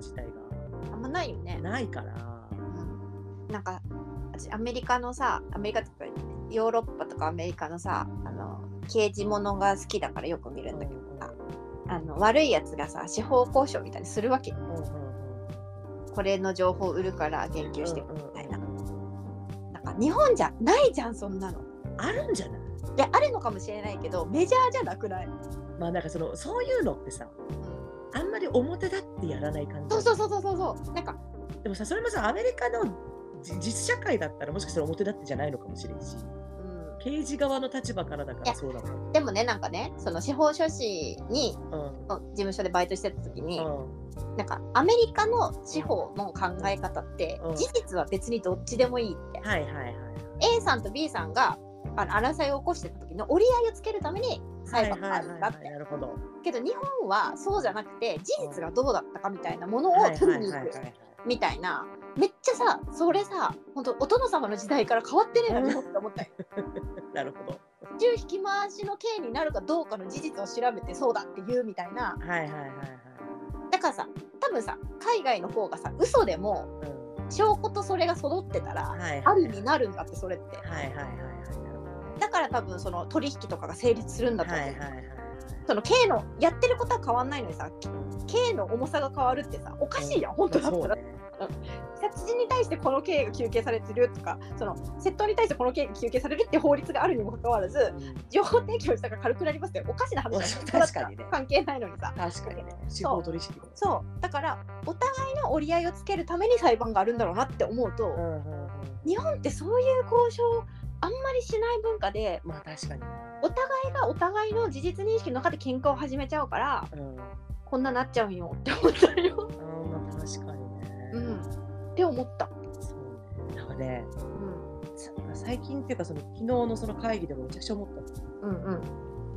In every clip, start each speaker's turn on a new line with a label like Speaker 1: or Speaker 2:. Speaker 1: 自体
Speaker 2: あんまないよね
Speaker 1: が。ないから
Speaker 2: うんなんか私アメリカのさアメリカとかヨーロッパとかアメリカのさあの刑事ものが好きだからよく見るんだけどさあの悪いやつがさ司法交渉みたいにするわけよ
Speaker 1: うんうんうん
Speaker 2: これの情報を売るから言及して
Speaker 1: うんうん
Speaker 2: みたいな,、なんか日本じゃないじゃんそんなの
Speaker 1: あるんじゃない
Speaker 2: いやあるのかもしれないけどメジャーじゃなくない、
Speaker 1: まあなんかそのそういうのってさあんまり表立ってやらない感じ
Speaker 2: そうそうそうそうそうそうなんか
Speaker 1: でもさそれもさアメリカのじ実社会だったらもしかしたら表立ってじゃないのかもしれんし
Speaker 2: うん
Speaker 1: 刑事側の立場からだか
Speaker 2: い
Speaker 1: ら
Speaker 2: や
Speaker 1: そうだもん
Speaker 2: でもねなんかねその司法書士に
Speaker 1: うん
Speaker 2: の事務所でバイトしてた時に、
Speaker 1: うん
Speaker 2: なんかアメリカの司法の考え方って、
Speaker 1: うん
Speaker 2: 事実は別にどっちでもいいって、
Speaker 1: はいはいはい
Speaker 2: A さんと B さんがあの争いを起こしてた時の折り合いをつけるために裁判があるんだって、
Speaker 1: はいはいはいはいなるほど
Speaker 2: けど日本はそうじゃなくて事実がどうだったかみたいなものを取りに行くみたいなめっちゃさそれさ本当お殿様の時代から変わってねえな日本って思ったよ
Speaker 1: なるほど
Speaker 2: 銃引き回しの刑になるかどうかの事実を調べてそうだって言うみたいな
Speaker 1: はいはいはいはい
Speaker 2: だからさ多分さ海外の方がさ嘘でも
Speaker 1: うん
Speaker 2: 証拠とそれが揃ってたら
Speaker 1: はい
Speaker 2: あるになるんだってそれって
Speaker 1: はいはいはいはいなるほど
Speaker 2: だから多分その取引とかが成立するんだと
Speaker 1: は
Speaker 2: 思う、
Speaker 1: いはいはい
Speaker 2: その刑のやってることは変わんないのにさ刑の重さが変わるってさおかしいやん、本当だっ
Speaker 1: そ
Speaker 2: た
Speaker 1: う
Speaker 2: ら
Speaker 1: ね
Speaker 2: 殺人に対してこの刑が求刑されてるとかその窃盗に対してこの刑が求刑されるって法律があるにもかかわらず情報提供したから軽くなりますっておかしな話だよ
Speaker 1: 確かにね
Speaker 2: 関係ないのにさ
Speaker 1: 確かにね司法取引
Speaker 2: そうだからお互いの折り合いをつけるために裁判があるんだろうなって思うと、
Speaker 1: うんうんうん
Speaker 2: 日本ってそういう交渉あんまりしない文化で
Speaker 1: まあ確かに
Speaker 2: お互いがお互いの事実認識の中で喧嘩を始めちゃうから
Speaker 1: うん
Speaker 2: こんななっちゃうんよって思ったよ。
Speaker 1: うんまあ確かにね
Speaker 2: うん、って思った。
Speaker 1: そうねなんかね
Speaker 2: うん
Speaker 1: さ最近っていうかその昨日のその会議でもめちゃくちゃ思ったんですけ
Speaker 2: うんうん
Speaker 1: ど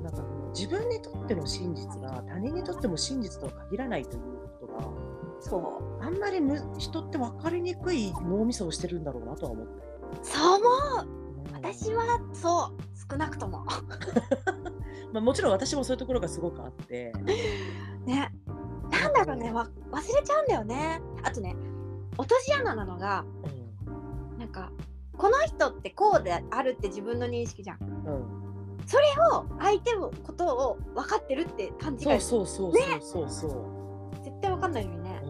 Speaker 1: なんかその自分にとっての真実が他人にとっても真実とは限らないということが
Speaker 2: そう
Speaker 1: あんまりむ人って分かりにくい脳みそをしてるんだろうなとは思った。
Speaker 2: そう思う
Speaker 1: うん
Speaker 2: 私はそう少なくとも
Speaker 1: まあ、もちろん私もそういうところがすごくあ って
Speaker 2: ねなんだろうねわ忘れちゃうんだよねあとね落とし穴なのが
Speaker 1: う
Speaker 2: なんかこの人ってこうであるって自分の認識じゃん
Speaker 1: ん、うん、
Speaker 2: を相手のことを分かってるって勘違い
Speaker 1: そうそうそうそうそうそう、
Speaker 2: 絶対分かんないのにね、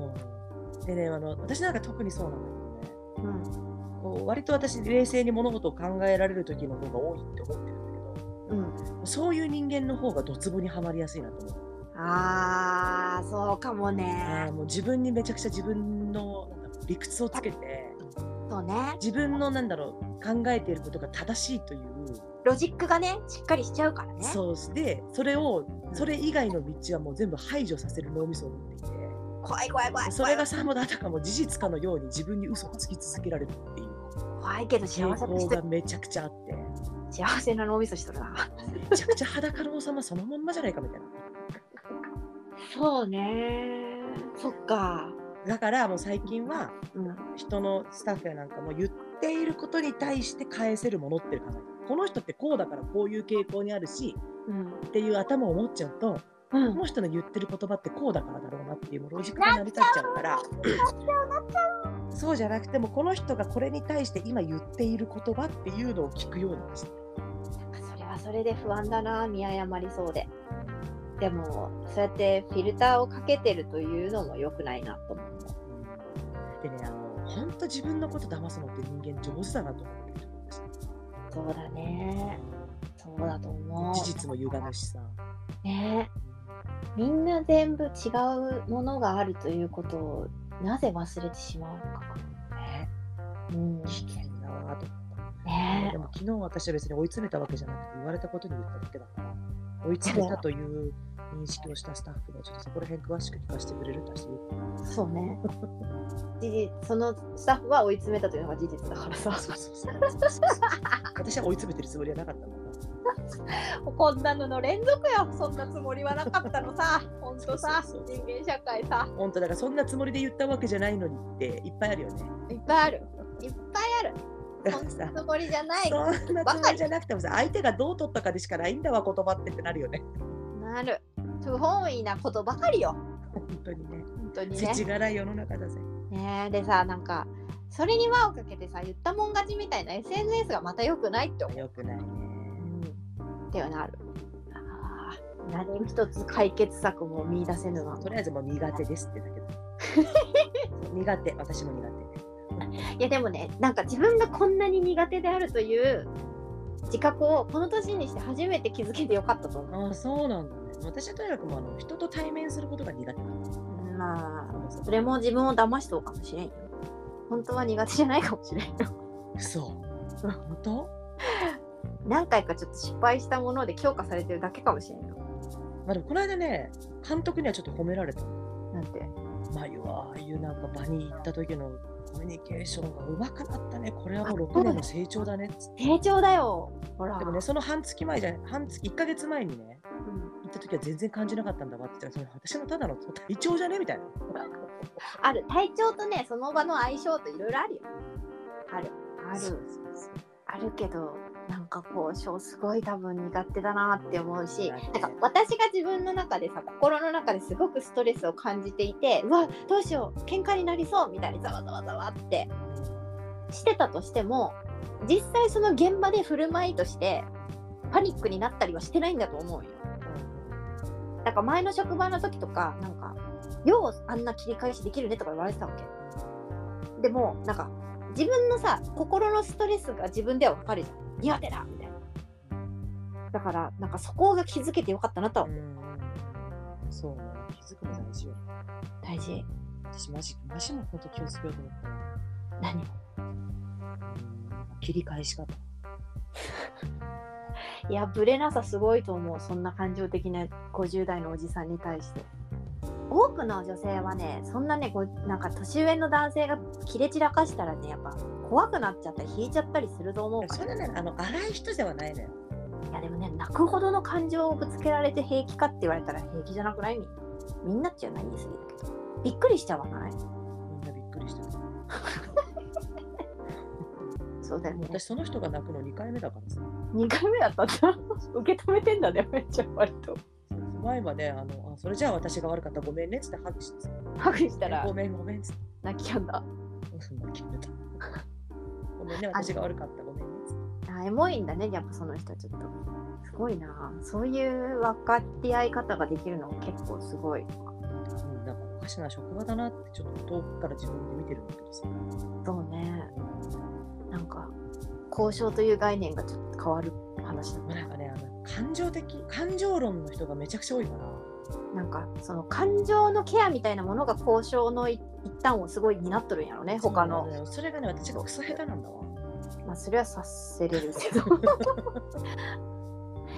Speaker 1: うん、でねあの私なんか特にそうなんだけどね
Speaker 2: うん、
Speaker 1: こう割と私冷静に物事を考えられる時の方が多いって思ってるんだけど
Speaker 2: うん、
Speaker 1: そういう人間の方がドツボにはまりやすいなと思う。
Speaker 2: あーそうかも
Speaker 1: あ
Speaker 2: ね
Speaker 1: あもう自分にめちゃくちゃ自分のなんだろう理屈をつけて
Speaker 2: そうね
Speaker 1: 自分のなんだろう考えていることが正しいという
Speaker 2: ロジックがねしっかりしちゃうからね
Speaker 1: そうでそれをそれ以外の道はもう全部排除させる脳みそを持っていて
Speaker 2: 怖い怖い怖い
Speaker 1: それがさもだたかも事実かのように自分に嘘をつき続けられるっていう
Speaker 2: 怖いけど幸せ
Speaker 1: 傾
Speaker 2: な
Speaker 1: 向
Speaker 2: 人
Speaker 1: がめちゃくちゃあって
Speaker 2: 幸せな脳みそしとるな
Speaker 1: めちゃくちゃ裸の王様そのまんまじゃないかみたいな。
Speaker 2: そうねそっか
Speaker 1: だからもう最近は
Speaker 2: うん
Speaker 1: 人のスタッフやなんかも言っていることに対して返せるものっていう考えこの人ってこうだからこういう傾向にあるし
Speaker 2: うん
Speaker 1: っていう頭を持っちゃうと
Speaker 2: う
Speaker 1: こ
Speaker 2: ん
Speaker 1: の人の言ってる言葉ってこうだからだろうなっていうロジックが成り立っちゃうからそうじゃなくてもこの人がこれに対して今言っている言葉っていうのを聞くようにして
Speaker 2: それはそれで不安だな見誤りそうででもそうやってフィルターをかけてるというのも良くないなと思う
Speaker 1: でねあの本当自分のこと騙すのって人間上手だなと思ってる
Speaker 2: そうだねそうだと思う
Speaker 1: 事実も歪むしさ
Speaker 2: ねえみんな全部違うものがあるということをなぜ忘れてしまうのか
Speaker 1: ね
Speaker 2: うん
Speaker 1: 危険だなと
Speaker 2: ね
Speaker 1: でも昨日私は別に追い詰めたわけじゃなくて言われたことに言っただけだから追い詰めたという認識をしたスタッフがちょっとそこら辺詳しく聞かせてくれるって人
Speaker 2: えそうね事実そのスタッフは追い詰めたというのが事実だからさ
Speaker 1: そうそうそう私は追い詰めてるつもりはなかったもんな
Speaker 2: こんなのの連続やそんなつもりはなかったのさほんとさ
Speaker 1: そうそうそう
Speaker 2: 人間社会さ
Speaker 1: 本当だからそんなつもりで言ったわけじゃないのにっていっぱいあるよね
Speaker 2: いっぱいあるいっぱいある
Speaker 1: だ
Speaker 2: そ
Speaker 1: か
Speaker 2: ん
Speaker 1: らさ
Speaker 2: なつもりじゃな い
Speaker 1: そんなつもりじゃなくてもさ相手がどう取ったかでしかないんだわ言葉ってってなるよね
Speaker 2: なる不本意なことばかりよ
Speaker 1: 本当にね。
Speaker 2: 本当に
Speaker 1: 世
Speaker 2: ね
Speaker 1: 知辛い世の中だぜ。
Speaker 2: ねでさなんかそれに輪をかけてさ言ったもん勝ちみたいな SNS がまた良くないって思う
Speaker 1: よくないね。
Speaker 2: ってはなるあー何一つ解決策も見出せぬわ
Speaker 1: とりあえずもう苦手ですってだ けど。苦手、私も苦手。
Speaker 2: いやでもねなんか自分がこんなに苦手であるという自覚をこの年にして初めて気づけてよかったと思う。
Speaker 1: ああ、そうなんだね。私はとにかくもうあの人と対面することが苦手なんです
Speaker 2: まあ
Speaker 1: そ
Speaker 2: それも自分を騙しとうかもしれんよ。本当は苦手じゃないかもしれんよ。
Speaker 1: 嘘。本当
Speaker 2: 何回かちょっと失敗したもので強化されてるだけかもしれんよ。
Speaker 1: まあでもこの間ね、監督にはちょっと褒められた。
Speaker 2: なんて。
Speaker 1: まあ、ああいうなんか場に行った時のコミュニケーションがうまくなったね。これはもう6年の成長だねっつって。
Speaker 2: 成長だよ。ほら。
Speaker 1: でもね、その半月前じゃない、半月、1ヶ月前にね、
Speaker 2: うん
Speaker 1: 行った時は全然感じなかったんだわって言ったら、それ私のただの体調じゃねみたいな。
Speaker 2: ある体調とねその場の相性といろいろあるよ。あるあ
Speaker 1: そうそう
Speaker 2: るあるけどなんかこう小すごい多分苦手だなって思うし
Speaker 1: 苦
Speaker 2: なん
Speaker 1: 手
Speaker 2: か私が自分の中でさ心の中ですごくストレスを感じていてうわどうしよう喧嘩になりそうみたいにざわざわざわってしてたとしても実際その現場で振る舞いとしてパニックになったりはしてないんだと思うよ。なんか前の職場の時とか、なんか、ようあんな切り返しできるねとか言われてたわけ。でも、なんか、自分のさ、心のストレスが自分ではわかるじゃん。苦手だみたいな。だから、なんかそこが気づけてよかったなとは
Speaker 1: う
Speaker 2: 思うん
Speaker 1: そうね、気づくの大事よ。
Speaker 2: 大事。
Speaker 1: 私マジ、マジも本当気をつけようと思ったな
Speaker 2: 何
Speaker 1: うん切り返し方。
Speaker 2: いや、ブレなさすごいと思う。そんな感情的な50代のおじさんに対して。多くの女性はね、そんなね、ごなんか年上の男性が切れ散らかしたらね、やっぱ怖くなっちゃったり、引いちゃったりすると思うから。
Speaker 1: それね、あの、荒い人ではないのよ。
Speaker 2: いやでもね泣くほどの感情をぶつけられて平気かって言われたら平気じゃなくないみんなみんなっちゃうな言い過ぎだけどびっくりしちゃわない
Speaker 1: みんなびっくりしてる。
Speaker 2: そうだよね
Speaker 1: 私、その人が泣くの2回目だからさ。
Speaker 2: 2回目だ ったんだ受け止めてんだねめっちゃ割 と
Speaker 1: 前はね、あの、あそれじゃあ私が悪かった、ごめんねっつってハグしてさ
Speaker 2: ハグしたら
Speaker 1: ごめん、ごめんっつって。
Speaker 2: 泣きやんだ
Speaker 1: うん泣き出た。 ごめんね、私が悪かった、ごめんねっつって。
Speaker 2: あエモいんだねやっぱその人はちょっとすごいなそういう分かって合い方ができるの結構すごい
Speaker 1: うんなんかおかしな職場だなって、ちょっと遠くから自分で見てるんだけどさ。
Speaker 2: そうねなんか交渉という概念がちょっと変わる話だ
Speaker 1: まあ
Speaker 2: ね
Speaker 1: なんかね、あの感情的、感情論の人がめちゃくちゃ多いから、
Speaker 2: なんかその感情のケアみたいなものが交渉のい一端をすごい担っとるんやろね他の
Speaker 1: そうなよそれがね、私がクソ下手なんだわ。
Speaker 2: まあそれは察せれるけど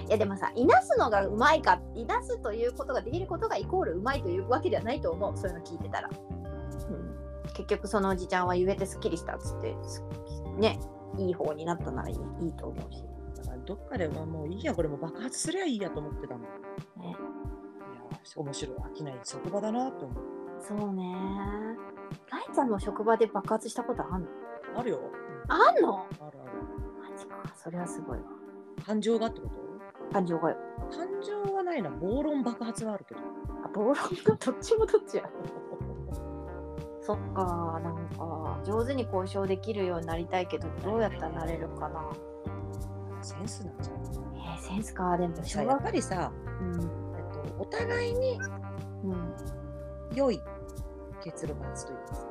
Speaker 2: いやでもさいなすのがうまいかいなすということができることがイコールうまいというわけではないと思うそういうの聞いてたら、うん、結局そのおじちゃんは言えてすっきりしたっつってすねいい方になったならいいいいと思うし
Speaker 1: だからどっかではもういいや、これもう爆発すりゃいいやと思ってたの。い
Speaker 2: ね
Speaker 1: や、面白い、飽きない職場だなって思う。
Speaker 2: そうねライちゃんの職場で爆発したことあんの
Speaker 1: あるよ。
Speaker 2: あんの
Speaker 1: あるある。
Speaker 2: マジかそれはすごいわ
Speaker 1: 感情がってこ
Speaker 2: 感情がよ
Speaker 1: と感情はないな、暴論爆発はあるけど。
Speaker 2: あ暴論がどっちもどっちや。そっか、なんか上手に交渉できるようになりたいけど、どうやったらなれるかな。
Speaker 1: センスなんじゃない
Speaker 2: えー、センスか、でも
Speaker 1: でも
Speaker 2: 小
Speaker 1: さやっ
Speaker 2: 学
Speaker 1: ぱりさ、
Speaker 2: うん、
Speaker 1: えっと、お互いに
Speaker 2: うん、
Speaker 1: 良い結論末というかさ、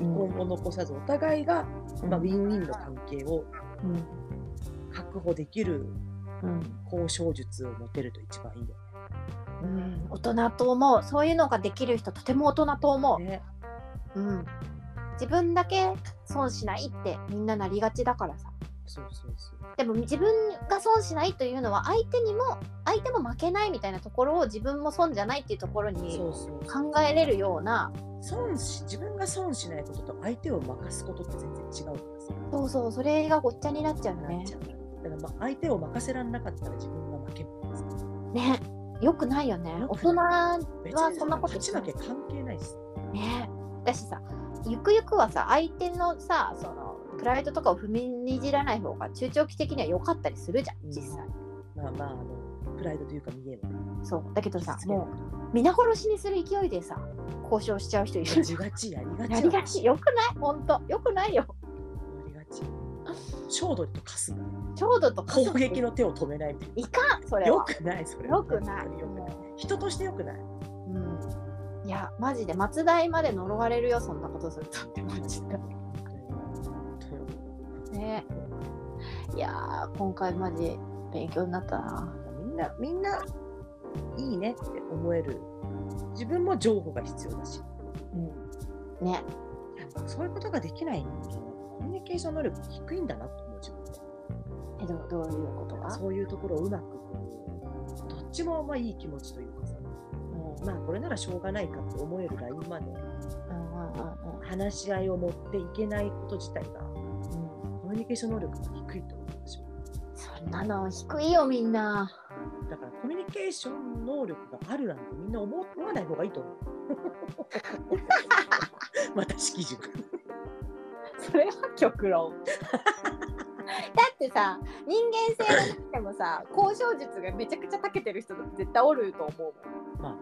Speaker 2: うん、
Speaker 1: 今後残さず、お互いが、まあ、ウィンウィンの関係を
Speaker 2: うん、
Speaker 1: 確保できる
Speaker 2: うん、
Speaker 1: 交渉術を持てると一番いいよ
Speaker 2: うん、大人と思う。そういうのができる人、とても大人と思う。
Speaker 1: ね。
Speaker 2: うん。自分だけ損しないってみんななりがちだからさ。
Speaker 1: そうそうそう。
Speaker 2: でも自分が損しないというのは相手にも相手も負けないみたいなところを自分も損じゃないっていうところに
Speaker 1: そうそうそう
Speaker 2: 考えれるような
Speaker 1: 損し自分が損しないことと相手を任すことって全然違うからさ。
Speaker 2: そうそうそれがごっちゃになっちゃうよ
Speaker 1: な
Speaker 2: ね
Speaker 1: っちゃうからだからまあ相手を任せられなかったら自分が負けるからさ。
Speaker 2: ねよくないよね
Speaker 1: よ
Speaker 2: 大
Speaker 1: く
Speaker 2: 人
Speaker 1: 別
Speaker 2: まあ
Speaker 1: に
Speaker 2: そんなこと
Speaker 1: 勝ち負け関係ないしさ。
Speaker 2: ねだしさゆくゆくはさ相手のさそのプライドとかを踏みにじらない方が中長期的には良かったりするじゃん実際、
Speaker 1: まあまああのプライドというか見えない
Speaker 2: そうだけどさ
Speaker 1: 傷つけない
Speaker 2: もう皆殺しにする勢いでさ交渉しちゃう人い
Speaker 1: や
Speaker 2: る
Speaker 1: りがちやりがち
Speaker 2: やりがちよくないほんとよくないよ
Speaker 1: やりがち焦土とかすもん
Speaker 2: ちょうどと
Speaker 1: 攻撃の手を止めないみたい
Speaker 2: いかんそ
Speaker 1: な
Speaker 2: れ
Speaker 1: よ
Speaker 2: は
Speaker 1: くないそれは
Speaker 2: よくない
Speaker 1: 本当に良くない人としてよくない
Speaker 2: うんいやマジで松代まで呪われるよそんなことするとってマジで
Speaker 1: 本当に
Speaker 2: ねいやー今回マジ勉強になったな
Speaker 1: みんなみんないいねって思える自分も譲歩が必要だし
Speaker 2: うんね
Speaker 1: やっぱそういうことができない人間はコミュニケーション能力低いんだなと思う自分で
Speaker 2: えどうどういうことが
Speaker 1: そういうところをうまくこうどっちもまあいい気持ちというかさ
Speaker 2: うん
Speaker 1: まあこれならしょうがないかって思えるラインまで
Speaker 2: うんうんうんうん
Speaker 1: 話し合いを持っていけないこと自体がコミュニケーション能力が低いと思うんですよ
Speaker 2: そんなの低いよみんな
Speaker 1: だからコミュニケーション能力があるなんてみんな思思わない方がいいと思う 私基準
Speaker 2: それは極 論だってさ人間性がなくてもさ交渉術がめちゃくちゃ長けてる人だって絶対おると思
Speaker 1: まあ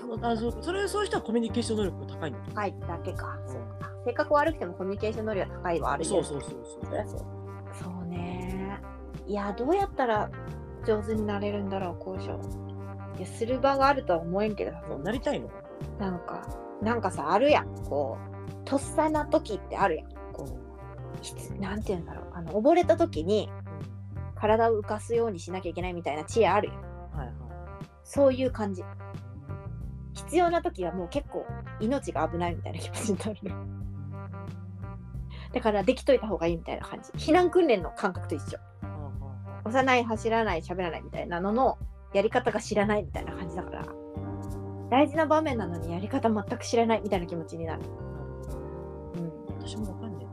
Speaker 2: うもん
Speaker 1: あそうそれそういう人はコミュニケーション能力が高いんだと
Speaker 2: 高いだけかそうか性格悪くてもコミュニケーション能力は高いはあるよ
Speaker 1: そうそうそうそう
Speaker 2: りゃそうそうねいやどうやったら上手になれるんだろう交渉いやする場があるとは思えんけど
Speaker 1: そうなりたいの
Speaker 2: なんかなんかさあるやんこうとっさな時ってあるやんこうひつなんて言うんだろうあの溺れた時に体を浮かすようにしなきゃいけないみたいな知恵あるやん
Speaker 1: はいは
Speaker 2: そういう感じ必要な時はもう結構命が危ないみたいな気持ちになるのだからできといた方がいいみたいな感じ避難訓練の感覚と一緒
Speaker 1: いはあはあはあ
Speaker 2: 押さない走らない喋らないみたいなののやり方が知らないみたいな感じだから大事な場面なのにやり方全く知らないみたいな気持ちになる、
Speaker 1: なるほどね
Speaker 2: う
Speaker 1: 私もわかんね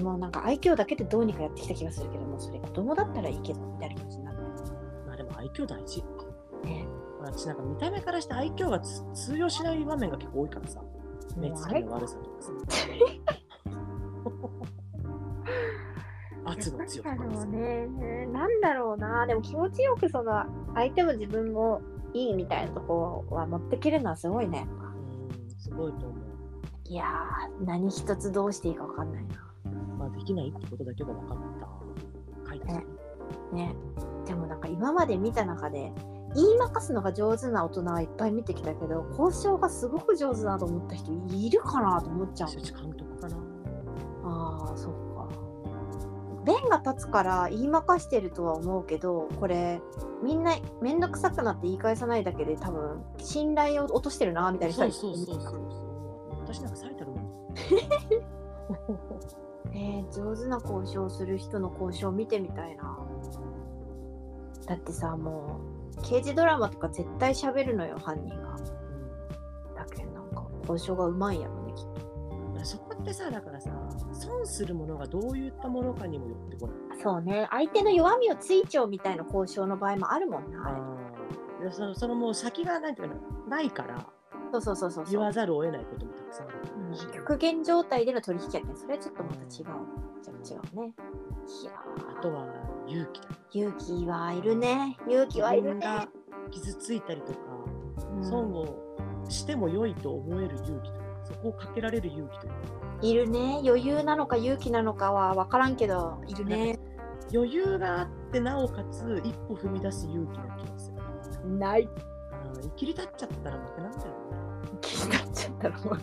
Speaker 2: んもうなんか愛嬌だけでどうにかやってきた気がするけどもうそれ子供だったらいいけどみたいな気持ちになる
Speaker 1: えなまあでも愛嬌大事
Speaker 2: ね
Speaker 1: 私なんか見た目からして愛嬌がつ通用しない場面が結構多いからさ目つき の悪さとかさ圧の強さと
Speaker 2: なん
Speaker 1: か
Speaker 2: だろ
Speaker 1: さ
Speaker 2: うねなんだろうなでも気持ちよくその相手も自分もいいみたいなとこは持ってけるのはすごいね
Speaker 1: うんすごいと思う
Speaker 2: いやー何一つどうしていいか分かんないな
Speaker 1: まあできないってことだけが分かった回ですね
Speaker 2: ねでもなんか今まで見た中で言い負かすのが上手な大人はいっぱい見てきたけど交渉がすごく上手だと思った人いるかなと思っちゃう
Speaker 1: 私たち監督かな
Speaker 2: あーそうか弁が立つから言い負かしてるとは思うけどこれみんな面倒くさくなって言い返さないだけで多分信頼を落としてるなみたいな人
Speaker 1: そう
Speaker 2: は
Speaker 1: そうそうそうそう私なんか最たるもん
Speaker 2: ねえ上手な交渉をする人の交渉を見てみたいなだってさもう刑事ドラマとか絶対喋るのよ犯人がだけどなんか交渉がうまいんやろねきっと
Speaker 1: うんそこってさだからさ損するものがどういったものかにもよってこない
Speaker 2: そうね相手の弱みをついちゃうみたいな交渉の場合もあるもんな
Speaker 1: あーそのそのもう先がないというかなないから
Speaker 2: そうそうそうそう
Speaker 1: 言
Speaker 2: そう
Speaker 1: わざるを得ないこともたくさんあると思うし
Speaker 2: 極限状態での取引やけんそれはちょっとまた違うじゃあ違うねいや
Speaker 1: あとは勇気だ
Speaker 2: ー勇気はいるね勇気はい
Speaker 1: 自
Speaker 2: る
Speaker 1: 分
Speaker 2: ね
Speaker 1: が傷ついたりとか、
Speaker 2: うん
Speaker 1: 損をしても良いと思える勇気とかそこをかけられる勇気とか
Speaker 2: いるね余裕なのか勇気なのかは分からんけどいるね
Speaker 1: 余裕があってなおかつ一歩踏み出す勇気な気がする
Speaker 2: ない
Speaker 1: うん切り立っちゃったら負けなんだよ
Speaker 2: 気になっちゃったらもう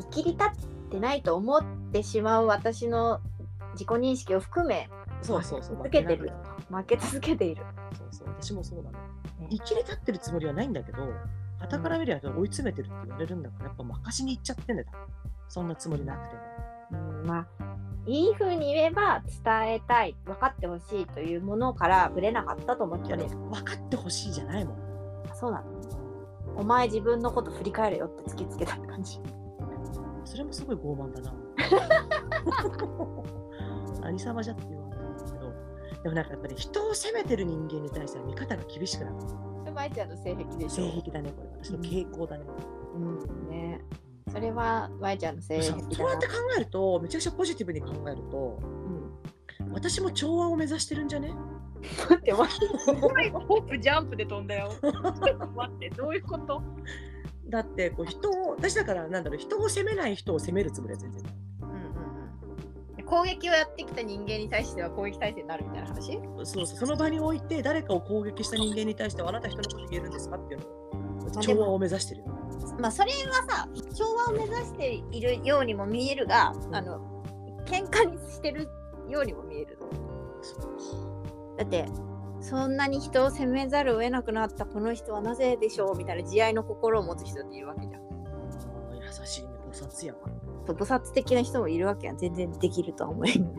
Speaker 2: 生きり立ってないと思ってしまう私の自己認識を含め
Speaker 1: そうそうそう
Speaker 2: 受けてる
Speaker 1: 負なんだよ
Speaker 2: 負け続けている
Speaker 1: そうそう私もそうなの
Speaker 2: ね
Speaker 1: 生きり立ってるつもりはないんだけど傍から見りゃ追い詰めてるって言われるんだからやっぱ任しに行っちゃってんだよそんなつもりなくても
Speaker 2: うんまあいい風に言えば伝えたい分かってほしいというものからぶれなかったと思っ
Speaker 1: い
Speaker 2: て
Speaker 1: やで
Speaker 2: る
Speaker 1: も分かってほしいじゃないもん
Speaker 2: そうなのお前自分のこと振り返れよって突きつけたって感じ
Speaker 1: それもすごい傲慢だ な。何様じゃって言われるんですけど、でもなんかやっぱり人を責めてる人間に対しては見方が厳しくなる。
Speaker 2: まいちゃんの性癖で
Speaker 1: 性癖だね、これ。私の傾向だね。
Speaker 2: うんね
Speaker 1: うん
Speaker 2: それはワイちゃんの性
Speaker 1: そ
Speaker 2: 癖
Speaker 1: う
Speaker 2: だ
Speaker 1: そうや
Speaker 2: な
Speaker 1: って考えるとめちゃくちゃポジティブに考えると
Speaker 2: うん
Speaker 1: 私も調和を目指してるんじゃね
Speaker 2: 待って待って
Speaker 3: 最後ホップジャンプで飛んだよ。ちょっと待ってどういうこと？
Speaker 1: だってこう人を私だからなんだろう人を責めない人を責めるつもりは全然ない
Speaker 2: うんうんうん攻撃をやってきた人間に対しては攻撃体制になるみたいな話
Speaker 1: そうそうその場に置いて誰かを攻撃した人間に対してはあなた人のこと言えるんですかっていうの調和を目指してるよ
Speaker 2: まあそれはさ調和を目指しているようにも見えるが、
Speaker 1: ん
Speaker 2: あの喧嘩にしてるようにも見えるだってそんなに人を責めざるを得なくなったこの人はなぜでしょうみたいな慈愛の心を持つ人っているわけじゃん
Speaker 1: あー優しいね菩薩やわ
Speaker 2: そう菩薩的な人もいるわけやん全然できるとは思えん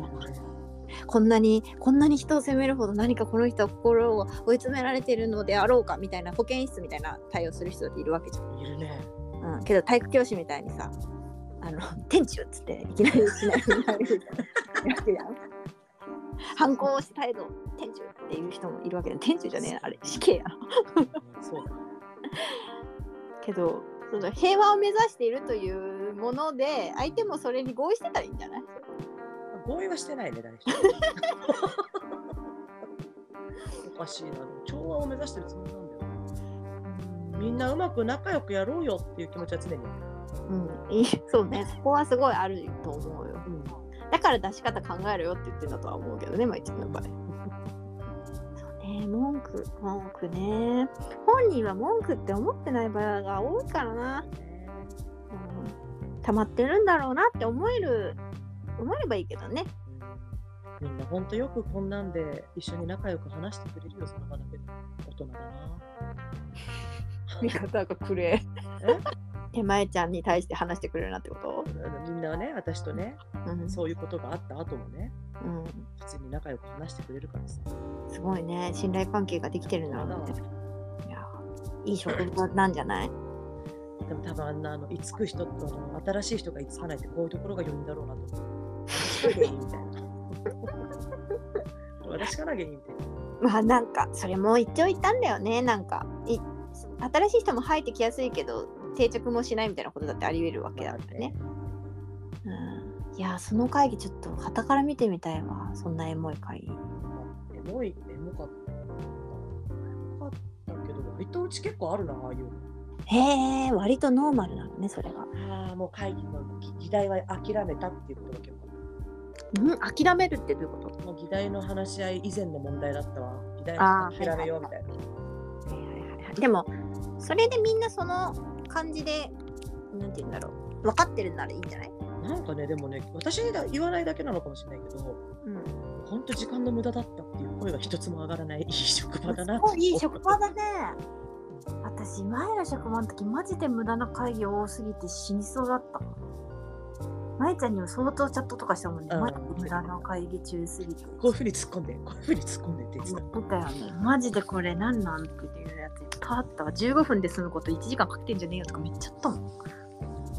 Speaker 2: こんなにこんなに人を責めるほど何かこの人は心を追い詰められてるのであろうかみたいな保健室みたいな対応する人っているわけじゃん
Speaker 1: いるね
Speaker 2: うん、けど体育教師みたいにさあの天中っつっていきなりいきなりいきなりやってやん反抗をした態度天中っていう人もいるわけで天中じゃねえなあれ死刑や
Speaker 1: そうだ
Speaker 2: けどその平和を目指しているというもので相手もそれに合意してたらいいんじゃない
Speaker 1: 合意はしてないね誰一人 おかしいな調和を目指してるつもりなんだよみんなうまく仲良くやろうよっていう気持ちは常にある
Speaker 2: うんいいそうねそこはすごいあると思うよ
Speaker 1: うん
Speaker 2: だから出し方考えろよって言ってんだとは思うけどね毎日の場合。そうね文句文句ね本人は文句って思ってない場合が多いからな、うん、溜まってるんだろうなって思える思えればいいけどね
Speaker 1: みんなほんとよくこんなんで一緒に仲良く話してくれるよ、その場だけで。大人だな。
Speaker 2: 見方がく
Speaker 1: え
Speaker 2: れ手前ちゃんに対して話してくれるなってこ
Speaker 1: あのみんなはね、私とね、
Speaker 2: と、うん
Speaker 1: そういうことがあった後もね、
Speaker 2: うん、
Speaker 1: 普通に仲良く話してくれるからさ。
Speaker 2: すごいね信頼関係ができてるんだろうなっていやいい職場なんじゃない
Speaker 1: でも多分あんな、あの、居つく人とあの新しい人が居つかないって、こういうところが原因だろうなと思う。私が原因みたいな。私から原因みたいな。
Speaker 2: まあなんかそれも一応言ったんだよねなんかい新しい人も入ってきやすいけど定着もしないみたいなことだってあり得るわけだからね、うん、いやその会議ちょっと傍から見てみたいわそんなエモい会議
Speaker 1: エモい、エモかった。エモかったけど、割とうち結構あるな、ああいうの。
Speaker 2: へえ割とノーマルなのねそれが
Speaker 1: ああ、もう会議の議題は諦めたっていうことが結構。
Speaker 2: うん諦めるってどういうこ
Speaker 1: もう議題の話し合い以前の問題だったわ。議題
Speaker 2: あ
Speaker 1: は
Speaker 2: ー
Speaker 1: 諦めようみたいな。
Speaker 2: と、はいはいはいはい、でもそれでみんなその感じでなんて言うんだろう分かってるならいいんじゃない、
Speaker 1: なんかね、でもね、私にだ言わないだけなのかもしれないけど、
Speaker 2: うん
Speaker 1: 本当時間の無駄だったっていう声が一つも上がらないい い職場だな
Speaker 2: すごいいい職場だね。私前の職場の時マジで無駄な会議多すぎて死にそうだった。まいちゃんにも相当チャットとかしたもんね。
Speaker 1: うん
Speaker 2: マジで無駄な会議中すぎて。
Speaker 1: こういうふうに突っ込んで、こういうふうに突っ込んでって言ってた。
Speaker 2: 言ってたよね。マジでこれ何なんっていうやついっぱいあったわ。15分で済むこと1時間かけてんじゃねえよとかめっちゃあったもん。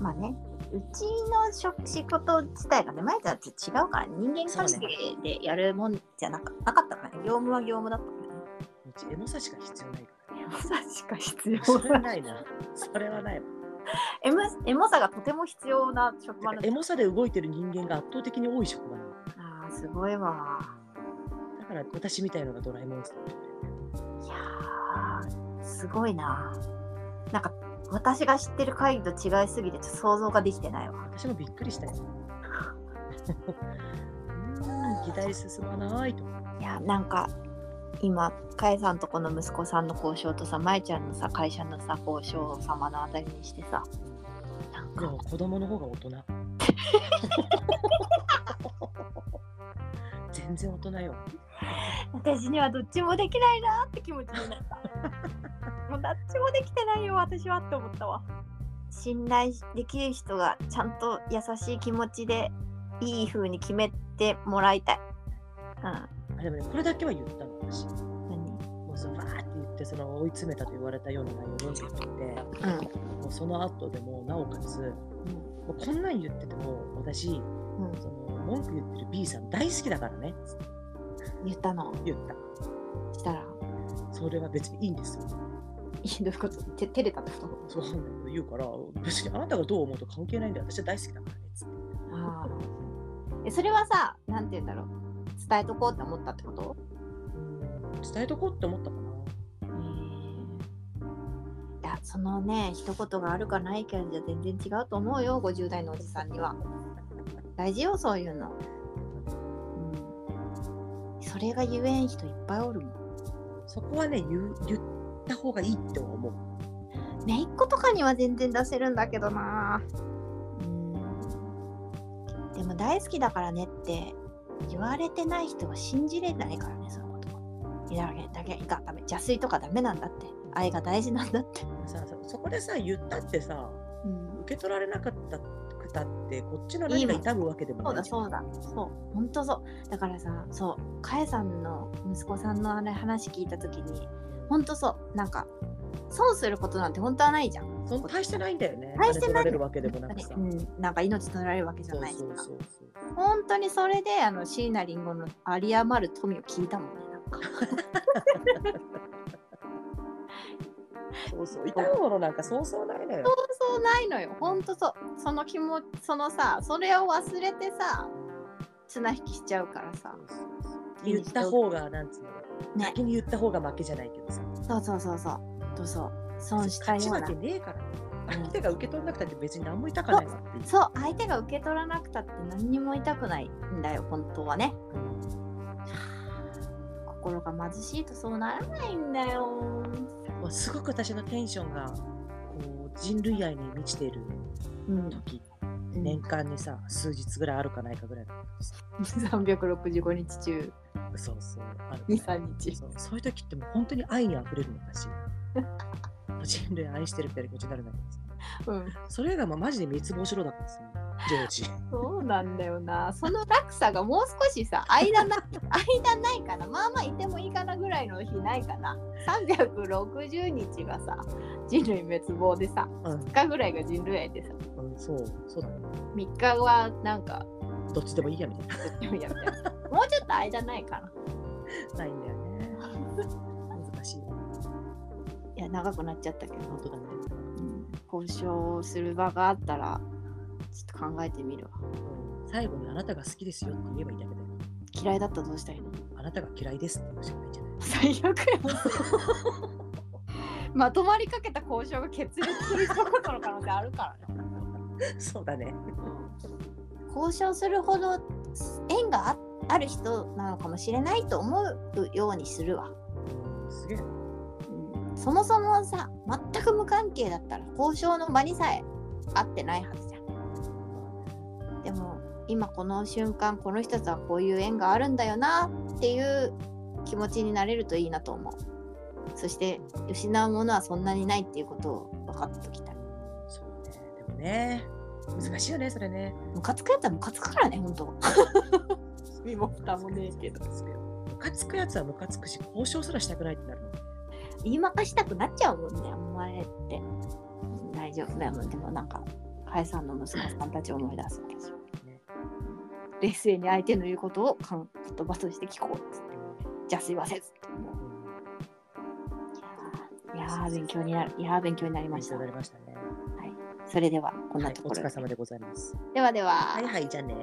Speaker 2: まあね。うちの職仕事自体がね、前ちゃんと違うから、人間関
Speaker 1: そう
Speaker 2: 係でやるもんじゃなかなかったからね。業務は業務だったからね。
Speaker 1: うち、エモさしか必要ないか
Speaker 2: エモさしか必
Speaker 1: ら。そ
Speaker 2: 要
Speaker 1: れは
Speaker 2: な
Speaker 1: ないな。それはないわ。
Speaker 2: エモエモさがとても必要な職場の
Speaker 1: エモさで動いてる人間が圧倒的に多い職場なの。
Speaker 2: あーすごいわ
Speaker 1: だから私みたいのがドラえもんです。
Speaker 2: いやーすごいななんか私が知ってる会議と違いすぎてちょっと想像ができてないわ
Speaker 1: 私もびっくりしたよ。うーん議題進まないと。
Speaker 2: いやなんか今かえさんとこの息子さんの交渉とさまえちゃんのさ会社のさ交渉を様のあたりにしてさなん
Speaker 1: で
Speaker 2: か
Speaker 1: も子供の方が大人。 全然大人よ。
Speaker 2: 私にはどっちもできないなって気持ちにな ったもうどっちもできてないよ私はって思ったわ信頼できる人がちゃんと優しい気持ちでいい風に決めてもらいたい
Speaker 1: あでもね、これだけは言ったの私。
Speaker 2: うん何
Speaker 1: もうそのわーって言ってその追い詰めたと言われたような内容を読んでいて、
Speaker 2: うん
Speaker 1: もうその後でもなおかつ、もうこんなん言ってても私
Speaker 2: うん
Speaker 1: その文句言ってる B さん大好きだからねつって
Speaker 2: 言ったの
Speaker 1: 言った。
Speaker 2: したら
Speaker 1: それは別にいいんですよ。
Speaker 2: いどういうことて照れたってこと
Speaker 1: そうなんだ言うから別にあなたがどう思うと関係ないんだよ私は大好きだからねっつって
Speaker 2: あえそれはさなんて言うんだろう伝えとこうって思ったってこと
Speaker 1: うん伝えとこうって思ったかない
Speaker 2: やそのね一言があるかないかじゃ全然違うと思うよ50代のおじさんには大事よそういうの、うん、それが言えん人いっぱいおるもん
Speaker 1: そこはね言う言った方がいいって思う
Speaker 2: 姪っ子とかには全然出せるんだけどなうんでも大好きだからねって言われてない人は信じれないからねそういうこといやだけだけいかんダメ邪推とかダメなんだって愛が大事なんだって、
Speaker 1: ささそこでさ言ったってさ
Speaker 2: うん、
Speaker 1: 受け取られなかったくたってこっちの何が痛むわけでも
Speaker 2: そう
Speaker 1: な
Speaker 2: だ
Speaker 1: いじゃん
Speaker 2: そうだそうほんとそうだからさそうかえさんの息子さんのあれ話聞いた時にほんとそうなんか損することなんて本当はないじゃん
Speaker 1: そん大してないんだよね
Speaker 2: 大し
Speaker 1: 金
Speaker 2: てない
Speaker 1: 取られるわけでもなくさ
Speaker 2: うん、なんか命取られるわけじゃ
Speaker 1: そう
Speaker 2: ないです
Speaker 1: そう
Speaker 2: か
Speaker 1: そうそう
Speaker 2: 本当にそれであの椎名林檎の有り余る富を聞いたもんねなんか
Speaker 1: そうそう痛むものなんかそうそうないのよ
Speaker 2: そうそうないのよ本当そうその気持ちそのさそれを忘れてさ綱引きしちゃうからさ
Speaker 1: 言った方がなんつうの、
Speaker 2: ね
Speaker 1: 先に言った方が負けじゃないけどさ
Speaker 2: そうそうそうそうそうそう損した
Speaker 1: 勝
Speaker 2: よ
Speaker 1: ち負
Speaker 2: うな
Speaker 1: けねえから
Speaker 2: うん
Speaker 1: 相手が受け取らなくたって別に何も痛かないわっていう
Speaker 2: そう相手が受け取らなくたって何にも痛くないんだよ本当はね心が貧しいとそうならないんだよ
Speaker 1: まあ、すごく私のテンションがこう人類愛に満ちている
Speaker 2: うん、
Speaker 1: 時、
Speaker 2: うん
Speaker 1: 年間にさ数日ぐらいあるかないかぐらいの
Speaker 2: 365日中
Speaker 1: そうそうある
Speaker 2: 23日
Speaker 1: そうそういう時ってもう本当に愛にあふれるの私 人類愛してるみたいな気持ちになるんだけどさ
Speaker 2: うん
Speaker 1: それがまあマジで滅亡しろだからさジョー ジ
Speaker 2: そうなんだよな。その落差がもう少しさ、間な、 間ないかな。まあまあいてもいいかなぐらいの日ないかな。360日がさ、人類滅亡でさ、
Speaker 1: う
Speaker 2: 2日ぐらいが人類愛でさ、
Speaker 1: ん、うん、そうそうだね
Speaker 2: 3日はなんか、
Speaker 1: どっちでもいいやみたいな
Speaker 2: どっちもやみたいな。もうちょっと間ないかな。
Speaker 1: ないんだよね 難しいわ
Speaker 2: いや、長くなっちゃったけど、
Speaker 1: 本当だね
Speaker 2: 交渉する場があったら、ちょっと考えてみるわ。
Speaker 1: うん最後にあなたが好きですよって言えばいいんだけど
Speaker 2: 嫌いだったらどうしたらいいの
Speaker 1: あなたが嫌いですって言うしかないんじゃない
Speaker 2: 最悪やんまとまりかけた交渉が決裂することの可能性あるからね
Speaker 1: そうだね。
Speaker 2: 交渉するほど縁があある人なのかもしれないと思うようにするわ、
Speaker 1: すげえな。
Speaker 2: そもそもさ全く無関係だったら交渉の場にさえ合ってないはずじゃんでも今この瞬間この人とはこういう縁があるんだよなっていう気持ちになれるといいなと思うそして失うものはそんなにないっていうことを分かっておきたい
Speaker 1: そうね。でもね、難しいよね、それね。
Speaker 2: ムカつくやつはムカつくからね本当身も蓋もねえけど
Speaker 1: ムカつくやつはムカつくし、交渉すらしたくないってなるもんね。
Speaker 2: 言いまかしたくなっちゃうもんねお前って大丈夫だよでもなんか加谷さんの息子さんたちを思い出す私は
Speaker 1: ね
Speaker 2: 冷静に相手の言うことをかん言葉として聞こうっつってじゃあすいませんっつっていやーいやー勉強になるいやー勉強になりま
Speaker 1: 勉
Speaker 2: し
Speaker 1: 強
Speaker 2: た
Speaker 1: になりましたね。
Speaker 2: それではこん
Speaker 1: は
Speaker 2: ないと
Speaker 1: お
Speaker 2: こ
Speaker 1: 疲
Speaker 2: ろで、
Speaker 1: れ様でございます。
Speaker 2: ではでは、
Speaker 1: はいはい、じゃあね。